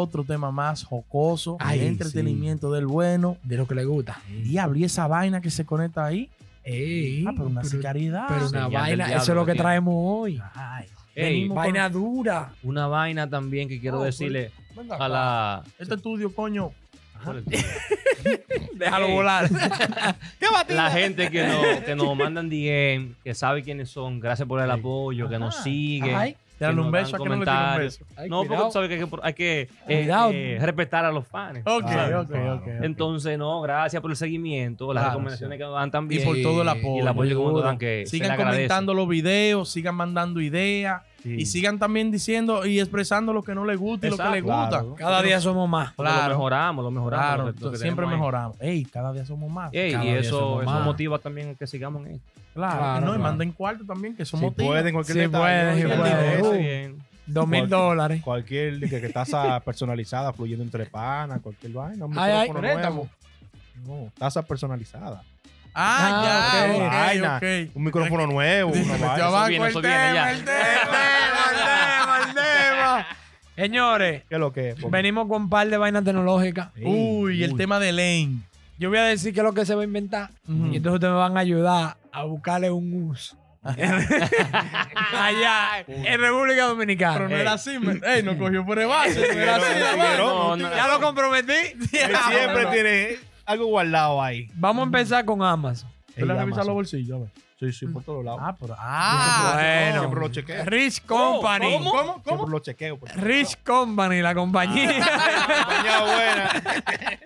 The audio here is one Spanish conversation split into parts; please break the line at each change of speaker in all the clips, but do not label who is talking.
Otro tema más jocoso,
Ay,
de entretenimiento del bueno.
de lo que le gusta.
Ah. Diablo, y esa vaina que se conecta ahí.
Ey,
Ah, pero una sicaridad.
pero una
Señal del
vaina,
diablo
eso es lo que
tiene.
traemos hoy.
Ay,
Ey,
venimos con-
vaina dura.
Una vaina también que quiero
Oh,
decirle
Venga acá.
a la.
Este estudio, coño.
Ajá.
Déjalo
Ey.
volar.
La gente que nos, que nos mandan DM, que sabe quiénes son, gracias por el
Ey. Ah,
apoyo, que nos
Ajá.
siguen.
Ay,
Dale
nos
un
dan
beso a que no le tiene un beso.
ay,
no, porque
cuidado.
tú sabes que hay que, hay que, eh,
Cuidado.
eh, respetar a los fans.
Ok,
¿sabes?
ok, ok. ok.
Entonces, no, gracias por el seguimiento, las
Claro,
recomendaciones que dan también.
y por todo el apoyo.
y el apoyo que nos dan, que se le
sigan
agradece.
comentando los videos, sigan mandando ideas
Sí.
y sigan también diciendo y expresando lo que no les gusta y lo que les
Exacto.
gusta.
Cada día somos más.
Porque
Claro.
Lo mejoramos, lo mejoramos.
Claro,
lo que- Eh, lo que
entonces
tenemos
siempre
ahí.
mejoramos. Ey, cada día somos más.
Ey,
Cada
y
día
eso,
somos
eso
más.
motiva también que sigamos en esto.
Claro,
Claro,
no, y
claro.
manden cuarto también, que
Si
somos
pueden, cualquier
Sí
detalle.
pueden, sí
oye,
pueden.
el
Uh.
negocio,
bien.
Dos mil dólares.
Cualquier de que, que taza personalizada, fluyendo entre panas, cualquier vaina. Un
Ay, ay,
micrófono nuevo. No, taza personalizada.
Ah,
Ah,
ya,
ok.
ok,
Vaina.
ok.
Un micrófono nuevo.
Sí,
una
se metió
vaina.
abajo
viene,
el
eso
tema,
viene ya.
el tema.
Señores,
¿Qué es lo que es? Porque-
venimos con un par de vainas tecnológicas.
Sí,
Uy, el tema de Lane.
Yo voy a decir qué es lo que se va a inventar.
Ujú.
Y entonces ustedes me van a ayudar a buscarle un uso. Allá, en República
Pero
Dominicana.
no era así, men. Ey, nos cogió por el base. No era así, la vaina.
No, no,
Ya lo comprometí.
que Siempre tiene algo guardado ahí.
Vamos a empezar con Amazon.
Tú le
Ey,
revisas
Amazon.
los bolsillos, a ver.
Sí, sí, por todos lados.
Ah, pero. Ah,
bueno.
Siempre lo chequeo.
Rich Company.
¿Cómo? ¿Cómo?
Siempre lo chequeo. por-
Rich Company, la compañía.
Compañía buena.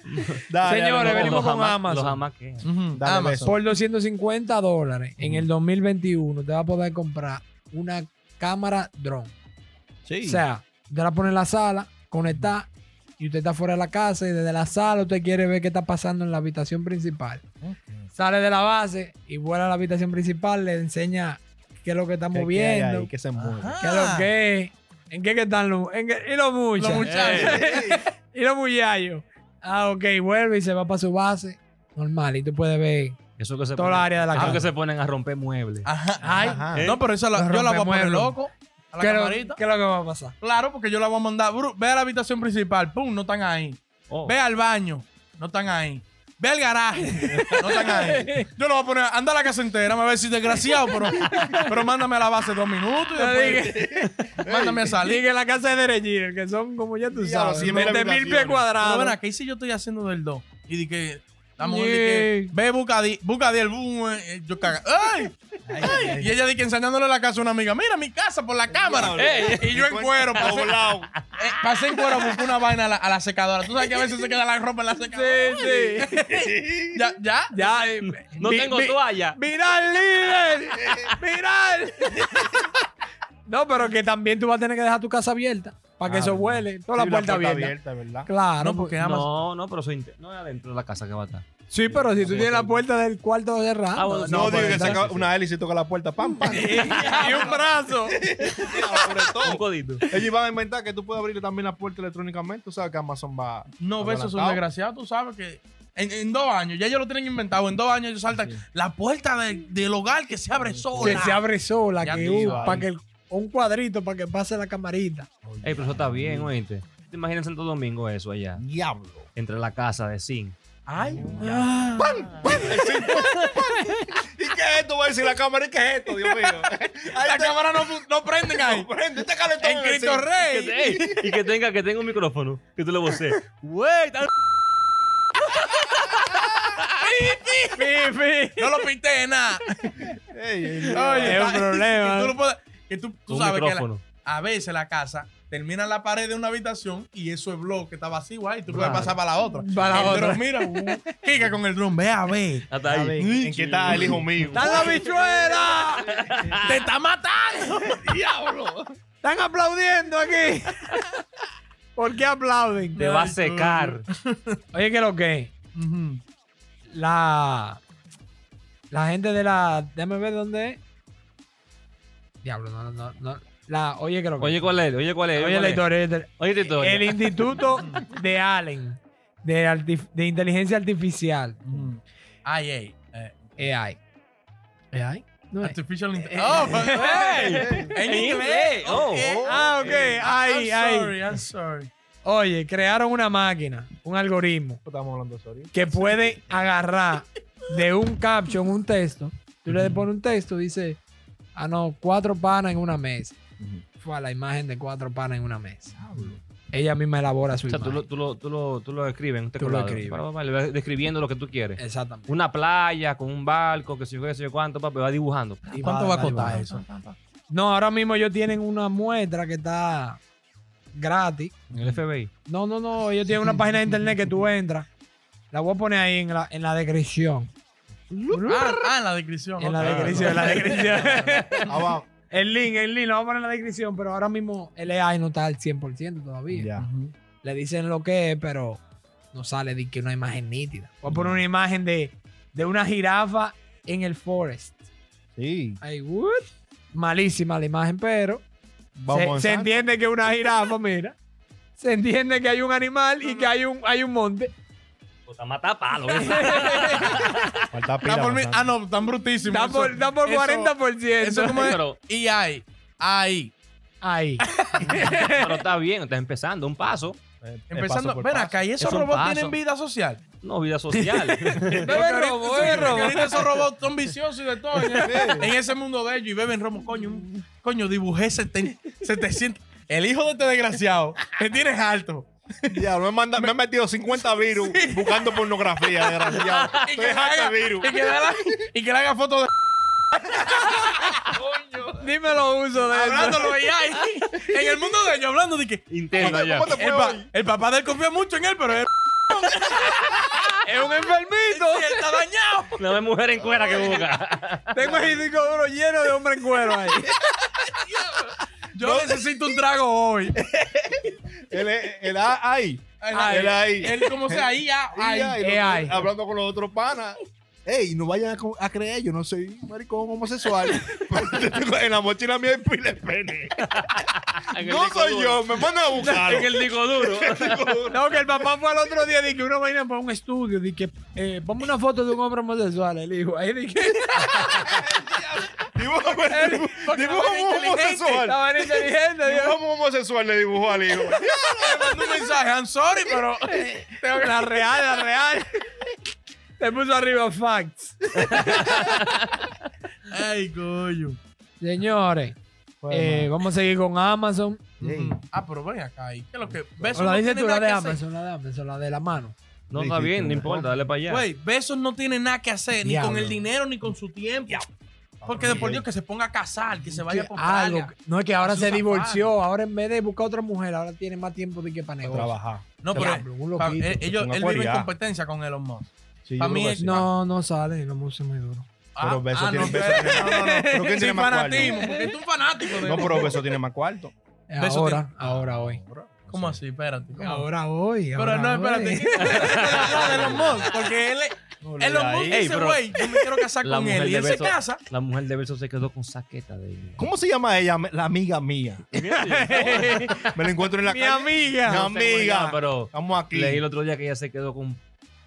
Dale,
Señores,
dale,
venimos
Los
con
jamás-
Amazon.
Los jamás que.
Ujú,
Dale
Amazon.
beso.
Por 250 dólares en el 2021 te va a poder comprar una cámara drone. O sea, usted la pone en la sala, conectar y usted está fuera de la casa y desde la sala usted quiere ver qué está pasando en la habitación principal. Sale de la base y vuela a la habitación principal, le enseña qué es lo que está
¿Qué- qué hay
moviendo,
ahí? ¿Qué Ah. se mueve?
Ajá.
qué es lo que es, en qué que están los... en qué- y los muchachos.
Los muchachos.
y los muchachos. Ah, ok, vuelve y se va para su base. Normal, y tú puedes ver
Eso que se
toda la
ponen,
área de la
eso
casa. Ah,
que se ponen a romper muebles.
Ajá.
Ay,
Ajá.
No, pero esa la,
Nos
yo la voy a
rompemos
poner
el
loco. A la
¿Qué, lo-
camarita.
qué es lo que va a pasar?
Claro, porque yo la voy a mandar. Bru, ve a la habitación principal. Pum, no están ahí.
Oh.
Ve al baño. No están ahí. Ve al garaje. No están ahí. Yo lo voy a poner. Anda a la casa entera. Me va a decir desgraciado, pero, pero mándame a la base dos minutos. Y después, mándame a salir.
Dije la casa de Derechir, que son como ya tú
Ya,
sabes,
sí, mira
20 mil pies
habitaciones.
Pero ven
cuadrados.
acá, ¿y si yo estoy haciendo del 2? Y di que la mujer di que ve, busca, di, busca di el boom, eh, eh, yo caga. ¡Ay! ¡Ay! Y ella di que enseñándole la casa a una amiga, mira mi casa por la cámara.
Ey,
y yo en cuero, pasé, eh, pasé en cuero, busqué una vaina a la, a la secadora. Tú sabes que a veces se queda la ropa en la secadora.
Sí, sí.
Ya, ya.
ya, eh,
No
mi-
tengo
mi-
toalla.
¡Viral, líder! ¡Viral! no, pero que también tú vas a tener que dejar tu casa abierta para que
Ah,
eso
verdad.
vuele.
Sí,
Toda la puerta, abierta.
¿verdad?
Claro,
No,
porque
porque Amazon.
No, no, pero eso inte- no es adentro de la casa que va a estar.
Sí, pero si tú tienes la puerta del cuarto cerrada.
Ah, bueno, sí.
No,
No,
digo
por
que
el-
saca
sí, sí.
una hélice y toca la puerta, pam, pam.
Y un brazo.
Un codito.
Ellos iban a inventar que tú puedes abrir también la puerta electrónicamente. Tú sabes que Amazon va.
No, besos son
Adelantado.
desgraciados, tú sabes que. En, en dos años, ya ellos lo tienen inventado. En dos años ellos saltan la puerta de- del hogar que se abre sola.
que se abre sola,
Ya
que
tú
un,
sabes.
para que el- un cuadrito para que pase la camarita.
Ey, pero eso está bien, oíste. ¿Te imaginas en Santo Domingo eso allá?
Diablo.
Entre la casa de zinc.
Ay,
Ah.
¿Y qué es esto? Voy a decir la cámara. ¿Y qué es esto, Dios mío?
la cámara no, fu- no prenden ahí.
Prende este calentón.
En Cristo
Que
Rey.
te- ey, y que tenga, que tenga un micrófono. Que tú le voces. Güey, está-
No lo pinté nada.
Oye, es un problema.
Que tú, lo puedas- que tú- tú
Un
sabes que la-
micrófono.
a veces la casa termina en la pared de una habitación y eso es blog que está vacío ahí. Tú puedes
Claro.
pasar para la otra.
Para la
El
otra.
dron, mira, uh, Kika con el dron. Ve a ver.
Hasta ahí.
¿En qué está el hijo mío?
¡Está en la bichuela!
¡Te está matando! ¡Diablo!
Están aplaudiendo aquí. ¿Por qué aplauden?
Te va a secar.
Oye, ¿qué es lo que? es?
Ujú.
La, La gente de la. Déjame ver dónde es. Diablo, no, no, no. La, oye, creo que.
Oye, ¿cuál es? Oye, ¿cuál es?
Oye, la
¿cuál es?
historia. oye,
Oye, la
la-
historia.
El Instituto de Allen de, artif- de Inteligencia Artificial.
Mm. Ay, ay. eh,
AI. AI? No es.
artificial Inte- Oh, hey, en inglés.
Oh,
ok.
oh,
Ah, ok. Ay,
eh, I'm
ay.
sorry, I'm sorry.
Oye, crearon una máquina, un algoritmo,
Estamos hablando de eso ahorita.
que puede agarrar de un caption, un texto. Tú le pones un texto, dice, ah, no, cuatro panas en una mesa. Fue a la imagen de cuatro panas en una mesa. Ella misma elabora su
O sea, tú
imagen.
lo, tú, lo, tú, lo, tú lo escribes en un
Tú lo
teclado.
escribes.
Para- para- le vas Describiendo lo que tú quieres.
Exactamente.
Una playa con un barco, que sé yo, qué sé yo cuánto, papi, va dibujando.
Y
¿Cuánto va a costar
dibujando.
eso?
No, ahora mismo ellos tienen una muestra que está gratis.
En el FBI.
No, no, no. Ellos tienen una página de internet que tú entras. La voy a poner ahí en la, en la descripción.
Ah, ah, en la descripción.
En
ok.
la descripción, en la descripción.
Abajo.
El link, el link, lo vamos a poner en la descripción, pero ahora mismo el AI no está al 100% todavía.
Ya.
Ujú.
Le dicen lo que es, pero no sale de que una imagen nítida. Voy a poner una imagen de, de una jirafa en el forest.
Sí.
Ay, what? Malísima la imagen, pero se,
Vamos a
se
avanzar.
entiende que es una jirafa, mira. Se entiende que hay un animal y que hay un, hay un monte.
Está mata palo.
Falta pila
Está por mí.
avanzar.
Ah, no, tan brutísimo.
Está
Eso-
por, está por
eso-
40%.
Eso como es.
pero,
Y ay. Ay.
Ahí.
pero está bien, estás empezando, un paso.
Eh, eh,
Empezando.
paso por
Ven
paso.
acá, ¿y esos
Es un
robots
paso.
tienen vida social?
No, vida social.
Bebe robo, bebe
Porque
robo.
ahorita esos robots son viciosos y de todo. En, en ese mundo de ellos y beben romo, coño. un- Coño, dibujé 70 700. El hijo de este desgraciado, que tienes alto.
Diablo, me, manda- me he metido 50 virus buscando pornografía, desgraciado.
Y
Estoy
que
harto
haga-
de virus.
Y que le haga, y que le haga fotos de.
Dime los usos de esto.
Hablándolo ahí, ahí. En el mundo de ellos, hablando de que.
Intenta ya.
¿Cómo te
El,
fue
pa-
hoy?
el papá de él confía mucho en él, pero él,
Es un enfermito.
él está dañado.
No es mujer en cuera que busca.
Tengo el disco duro lleno de hombre en cuero ahí.
Yo necesito un trago hoy.
El, el AI.
Ay,
el AI.
Él, como sea, ahí ya.
AI,
ahí.
los-
AI.
Hablando con los otros panas. Ey, no vayan a, co- a creer, yo no soy un maricón homosexual. en la mochila mía hay pile de pene. No soy yo, me mandan a buscar.
En el disco duro.
No, que el papá fue al otro día y que uno vaina para un estudio. Y que eh, ponme una foto de un hombre homosexual, el hijo. Ahí dije.
Dibújame
porque la vaina
dibújame un
inteligente, La
homosexual.
vaina inteligente, Dios.
Dibújame un homosexual, le dibujó al hijo.
Le mandó un mensaje. I'm sorry, pero.
La real, la real. Te puso arriba facts.
Ay, coño.
Señores, eh, vamos a seguir con Amazon.
Ujú. Ah, pero ven acá. ¿y ¿Qué es lo que
O
Besos
la dices
tiene
tú, la
nada
de
que hacer.
Amazon, la de Amazon, la de la mano.
No, está bien, no importa, dale para allá.
Güey, Besos no tiene nada que hacer, ni con
Diablo.
el dinero, ni con su tiempo. Porque de por Dios que se ponga a casar, que se vaya a
Que
comprar.
algo que- no es que ahora
Su
se
zapato.
divorció. Ahora en vez de buscar otra mujer, ahora tiene más tiempo de que para negocio.
Trabajar.
No, pero
Diablo, un
pa-
loquito.
eh, ellos,
Una
él vive en
cualidad.
competencia con Elon Musk.
Sí,
Pa'
yo
mí
creo que
es-
sí.
No, no sale, lo puse muy duro.
Pero Besos tiene-
Ah, no,
Besos tiene-
no, no, no.
¿Pero quién
Sin
tiene más
fanatismo, pues. porque tú un fanático de
No, pero eso tiene más cuarto.
Eh,
Beso
Ahora, ahora hoy.
¿Cómo así? Espérate. ¿cómo?
Ahora hoy.
Pero no, espérate. ¿qué te pasa de Elon Musk? Porque él es- Elon Musk
Ey,
dice,
pero-
güey, yo me quiero casar
La
con
mujer
él. Y
de
él se
Besos-
casa.
La mujer de verso se quedó con saqueta de ella.
¿Cómo se llama ella? La amiga mía. Me la encuentro en la
Mi
calle. Mi
amiga.
No sé cómo
amiga.
llama, Ah, pero
Estamos aquí.
leí el otro día que ella se quedó con un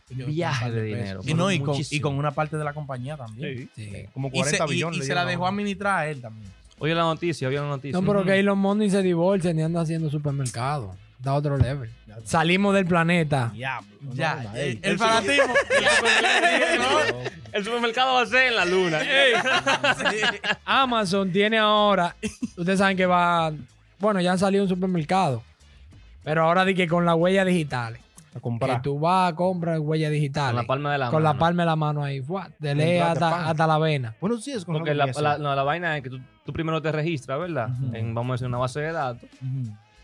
viaje de dinero.
Y, no, y, con, y
Muchísimo.
con una parte de la compañía también.
Sí.
Sí.
Como
Y se,
40
y-
billones.
y
le
se la
dieron
dejó
a uno.
administrar a él también.
Oye la noticia, oye la noticia.
No, pero que Elon Musk ni se divorcian ni anda haciendo supermercado. Da otro level. Salimos del planeta.
Diablo. no,
ya,
no, pues,
el,
ey.
el fanatismo.
No, El supermercado va a ser en la luna.
Amazon tiene ahora. Ustedes saben que va. Bueno, ya han salido un supermercado. Pero ahora di que con las huellas digitales.
A
Que
comprar.
tú vas a comprar huellas
Con
digitales.
la palma de la
Con
mano.
la palma de la mano ahí. ¡fua! Te
Entrada
lee
de
hasta,
pan.
hasta la vena.
Bueno, sí, es con
Porque la, la- no, la vaina es que tú, tú primero te registras, ¿verdad?
Ujú.
En, vamos a decir, una base de datos.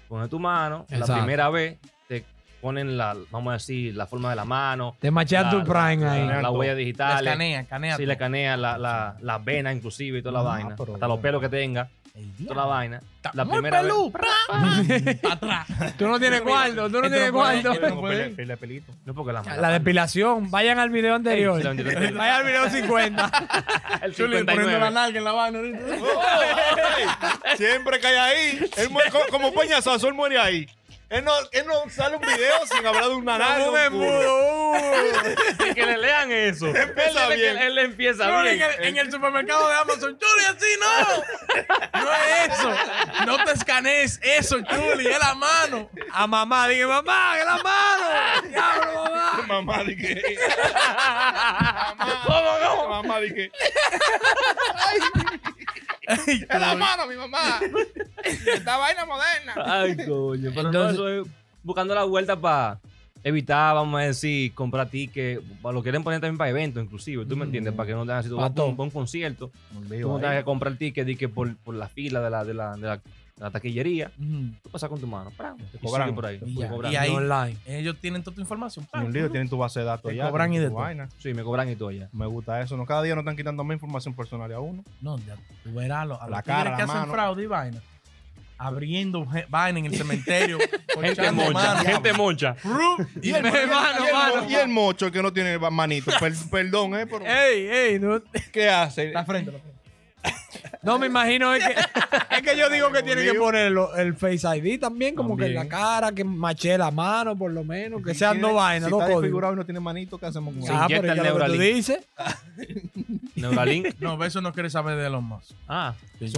Pones tu mano.
Exacto.
La primera vez te ponen la, vamos a decir, la forma de la mano.
Te machean
la-
tu prime
la-
ahí.
La,
Todo.
huella
La
digital. eh,
escanea, escanea.
Sí,
todo.
le canea la, la, las venas inclusive y toda la
Ah,
vaina.
pero
Hasta los
bueno.
pelos que tenga. toda la vaina.
Está
La
muy
primera vez.
pelú, pa' atrás.
Tú no tienes cuarto, tú no tienes cuarto.
no puede ir.
La pelito. No, porque la
La depilación, vayan al video anterior.
Sí, sí, sí.
Vayan al video 50.
El
Chuli, poniendo
59.
la nalga en la vaina ahorita.
Siempre cae ahí. Él muere co- como Peña Sazo, él muere ahí. Él no, él no sale un video sin hablar de un
Como
naranjo.
un embudo, uh.
Y que le lean eso.
Empieza
él,
bien.
Él, él empieza
Chuli, en
bien.
el, en el supermercado de Amazon. Chuli, así no. No es eso. No te escanees eso, Chuli. Es la mano.
A mamá, dije, mamá, que la mano. Diablo, mamá.
Mamá, dije. Mamá, dije.
¡Es la mano, mi mamá! ¡Esta vaina moderna!
Ay, coño. Pero no,
Entonces-
eso es buscando la vuelta para evitar, vamos a decir, comprar tickets. Pa- Lo quieren poner también para eventos, inclusive. ¿Tú me entiendes? Para que no te hagan así. Tú
Pa'
vas a
todo.
un, pa' un concierto. Tú no tengas que comprar ticket de que por, por la fila de la, de la, de la, de la taquillería. Tú pasas con tu mano. ¡pram! Te
cobran.
sigue por ahí.
Y
Te
ya,
cobran.
y ahí- online.
Ellos tienen toda tu información.
Ni un lío, tienen tu base de datos
Te
ya.
cobran
tienen
y de
tu
todo.
vaina.
Sí, me cobran y todo ya.
Me gusta eso. No, cada día nos están quitando más información personal a uno.
No, ya, tú verás a los, a
La
los
cara,
tigres que
la
hacen
mano.
fraude y vaina. Abriendo je- vaina en el cementerio.
Gente
ponchando
moncha,
mano.
gente moncha.
Ru, y me-
Hermano,
y, el,
hermano.
mo- y el mocho que no tiene manito. Per- perdón, ¿eh? Pero,
Ey, ey, no,
¿Qué hace?
La frente. la frente.
no me imagino es que, es que yo digo que tiene que ponerlo el Face ID también, como que
También.
la cara, que maché la mano, por lo menos, que
Si
sean
tiene-
dos vainas,
si
dos
está
códigos.
desfigurado y no tiene manito, ¿qué hacemos con
Sí.
él?
Ah, pero
inyecta el
ya lo que tú
Neuralink.
dices.
Neuralink.
No, eso no quiere saber de los más.
Ah.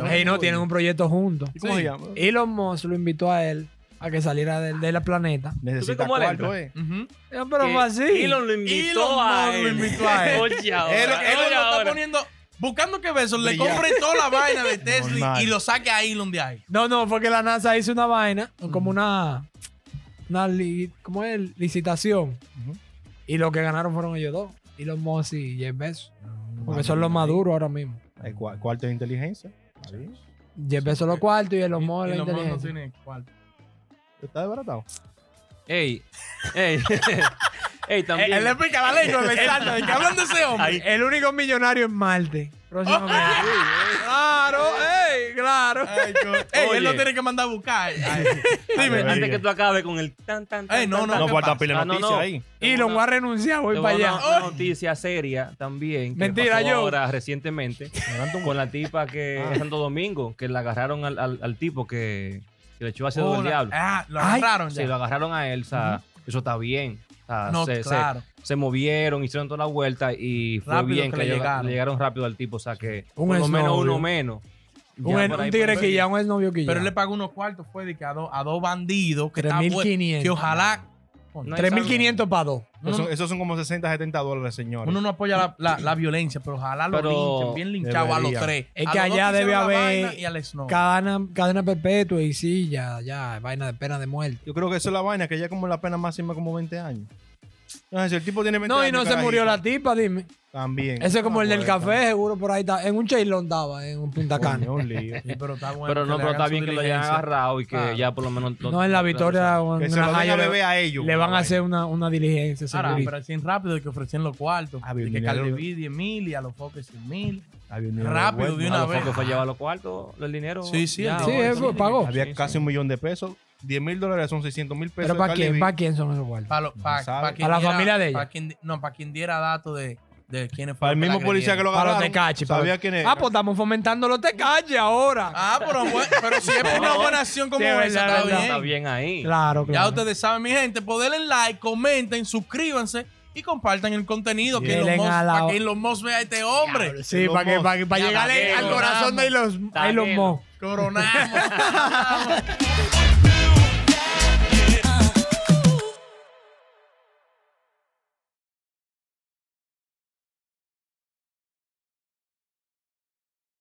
Ey, no, tienen un proyecto juntos.
¿Y cómo
Sí.
se llama?
Elon Musk lo invitó a él a que saliera del, del planeta.
Necesita
cómo le
cuarto, ¿eh?
Eh, Pero
que
fue así.
Elon lo invitó
Elon
a
Musk
él.
lo invitó a él.
Oye, ahora,
Él, él
oye,
lo está
ahora.
poniendo. Buscando que Besos le
Brillante.
compre toda la vaina de Tesla
Normal.
y lo saque a Elon de ahí.
No, no, fue que la NASA hizo una vaina, como una. una li- ¿Cómo es? Licitación. Y lo que ganaron fueron ellos dos. Elon Musk y Jeff Bezos. Porque son los más duros ahora mismo.
El cua- cuarto de inteligencia. Ahí.
Jeff Bezos los cuartos y Elon Musk la
Elon Musk no
inteligencia.
tiene cuarto.
Está desbaratado.
Ey, ey, ey, también.
Eh, Él le pica la lengua, le salta. ¿De qué hablan de ese hombre?
El único millonario en Marte. Próximo millonario. claro, ey, claro.
Ay, co- Ey,
Oye.
él lo tiene que mandar a buscar. Ay, Dime.
antes que tú acabes con el tan, tan, tan.
Ey, no,
tan,
no,
No
¿qué
falta
pasa?
pila de
Ah, no,
noticias
no.
ahí.
Elon va a renunciar, voy
Te
para
voy a
allá.
dar
Oh.
Una noticia seria también. que
Mentira,
pasó
yo.
Ahora, recientemente, con la tipa que en Santo Domingo, que la agarraron al, al, al tipo que, que le echó ácido
Oh,
del
la-
diablo.
Ah, lo
Ay,
agarraron ya.
Sí, lo agarraron a él. O sea, eso está bien. O sea,
No,
se, se-
claro.
se, movieron, hicieron toda la vuelta y fue
Rápido
bien
que
que,
le
llega-
llegaron.
le llegaron rápido al tipo. O sea, que
Un
por lo menos
exnovio.
uno menos.
Un,
Ya
en-
por
un
ahí
tigre
por
que
ahí.
ya, un exnovio que ya.
Pero él le pagó unos cuartos, fue de que a dos a dos bandidos que estaban buen-
3.500.
Que ojalá.
No hay
3.500 para dos.
Uno,
Eso-
no-
Esos son como 60, 70 dólares, señores.
uno no apoya la, la- la violencia, pero ojalá lo
Pero
linchen, bien linchado a los
debería.
tres.
Es
A
que
los dos que
allá
hicieron
debe
la
haber
vaina Y al Snow.
Cadena, cadena perpetua y sí, ya, ya, vaina de pena de muerte.
Yo creo que esa es la vaina, que ya como la pena máxima como 20 años. No, si el tipo tiene 20
No,
años.
y no se
carajito,
murió la tipa, dime.
También.
Ese es como el del
Una puerta.
café, seguro por ahí está. En un chailón daba, en un Punta Cana.
Ah, Coño, un lío.
Sí, pero está bueno.
Pero
que
no,
le
pero está
hagan su
bien que lo hayan
diligencia.
agarrado y que
Claro.
ya por lo menos. lo-
No, en la victoria en
Que se
una
lo den
jaya
a
le-
beber a ellos.
le van a
Ay,
hacer una, una diligencia.
Ahora,
segurito.
pero así en rápido que ofrecían los cuartos.
Ah,
de
bien,
que
dinero.
Caldeví 10 mil y a los foques 100 mil.
había un dinero
Rápido,
devuelto.
de
A
una
lo
vez.
mejor que fue llevar los cuartos, el dinero.
Sí, sí, el
ya,
dinero.
sí,
no,
él
sí,
fue- pagó.
Había
Sí,
casi
sí.
un millón de pesos. 10 mil dólares son 600 mil pesos.
Pero
de
¿para quién?
Cali
¿Para quién son esos guardias?
Pa lo- pa-
sabe.
pa quien
A la
diera-
familia de ella.
pa quien di- no, para quien diera datos de, de quiénes
Para el
fueron
mismo
la
policía que lo
Para
agarraron.
los tecaches. para
Sabía
los-
quién era.
Ah, pues estamos fomentando los tecaches ahora.
Ah, pero, bueno, pero si es por una buena acción como
Sí,
esa,
verdad,
está
verdad.
bien.
Está bien ahí.
Claro,
Ya
claro.
ustedes saben, mi gente, pues denle like, comenten, suscríbanse y compartan el contenido que
Denle
los mos,
a la-
para que los mos vea a este hombre.
Sí, para que, para que, para
Ya,
llegarle
taguero,
al corazón de los,
Taguero.
Elon Musk.
Coronamos.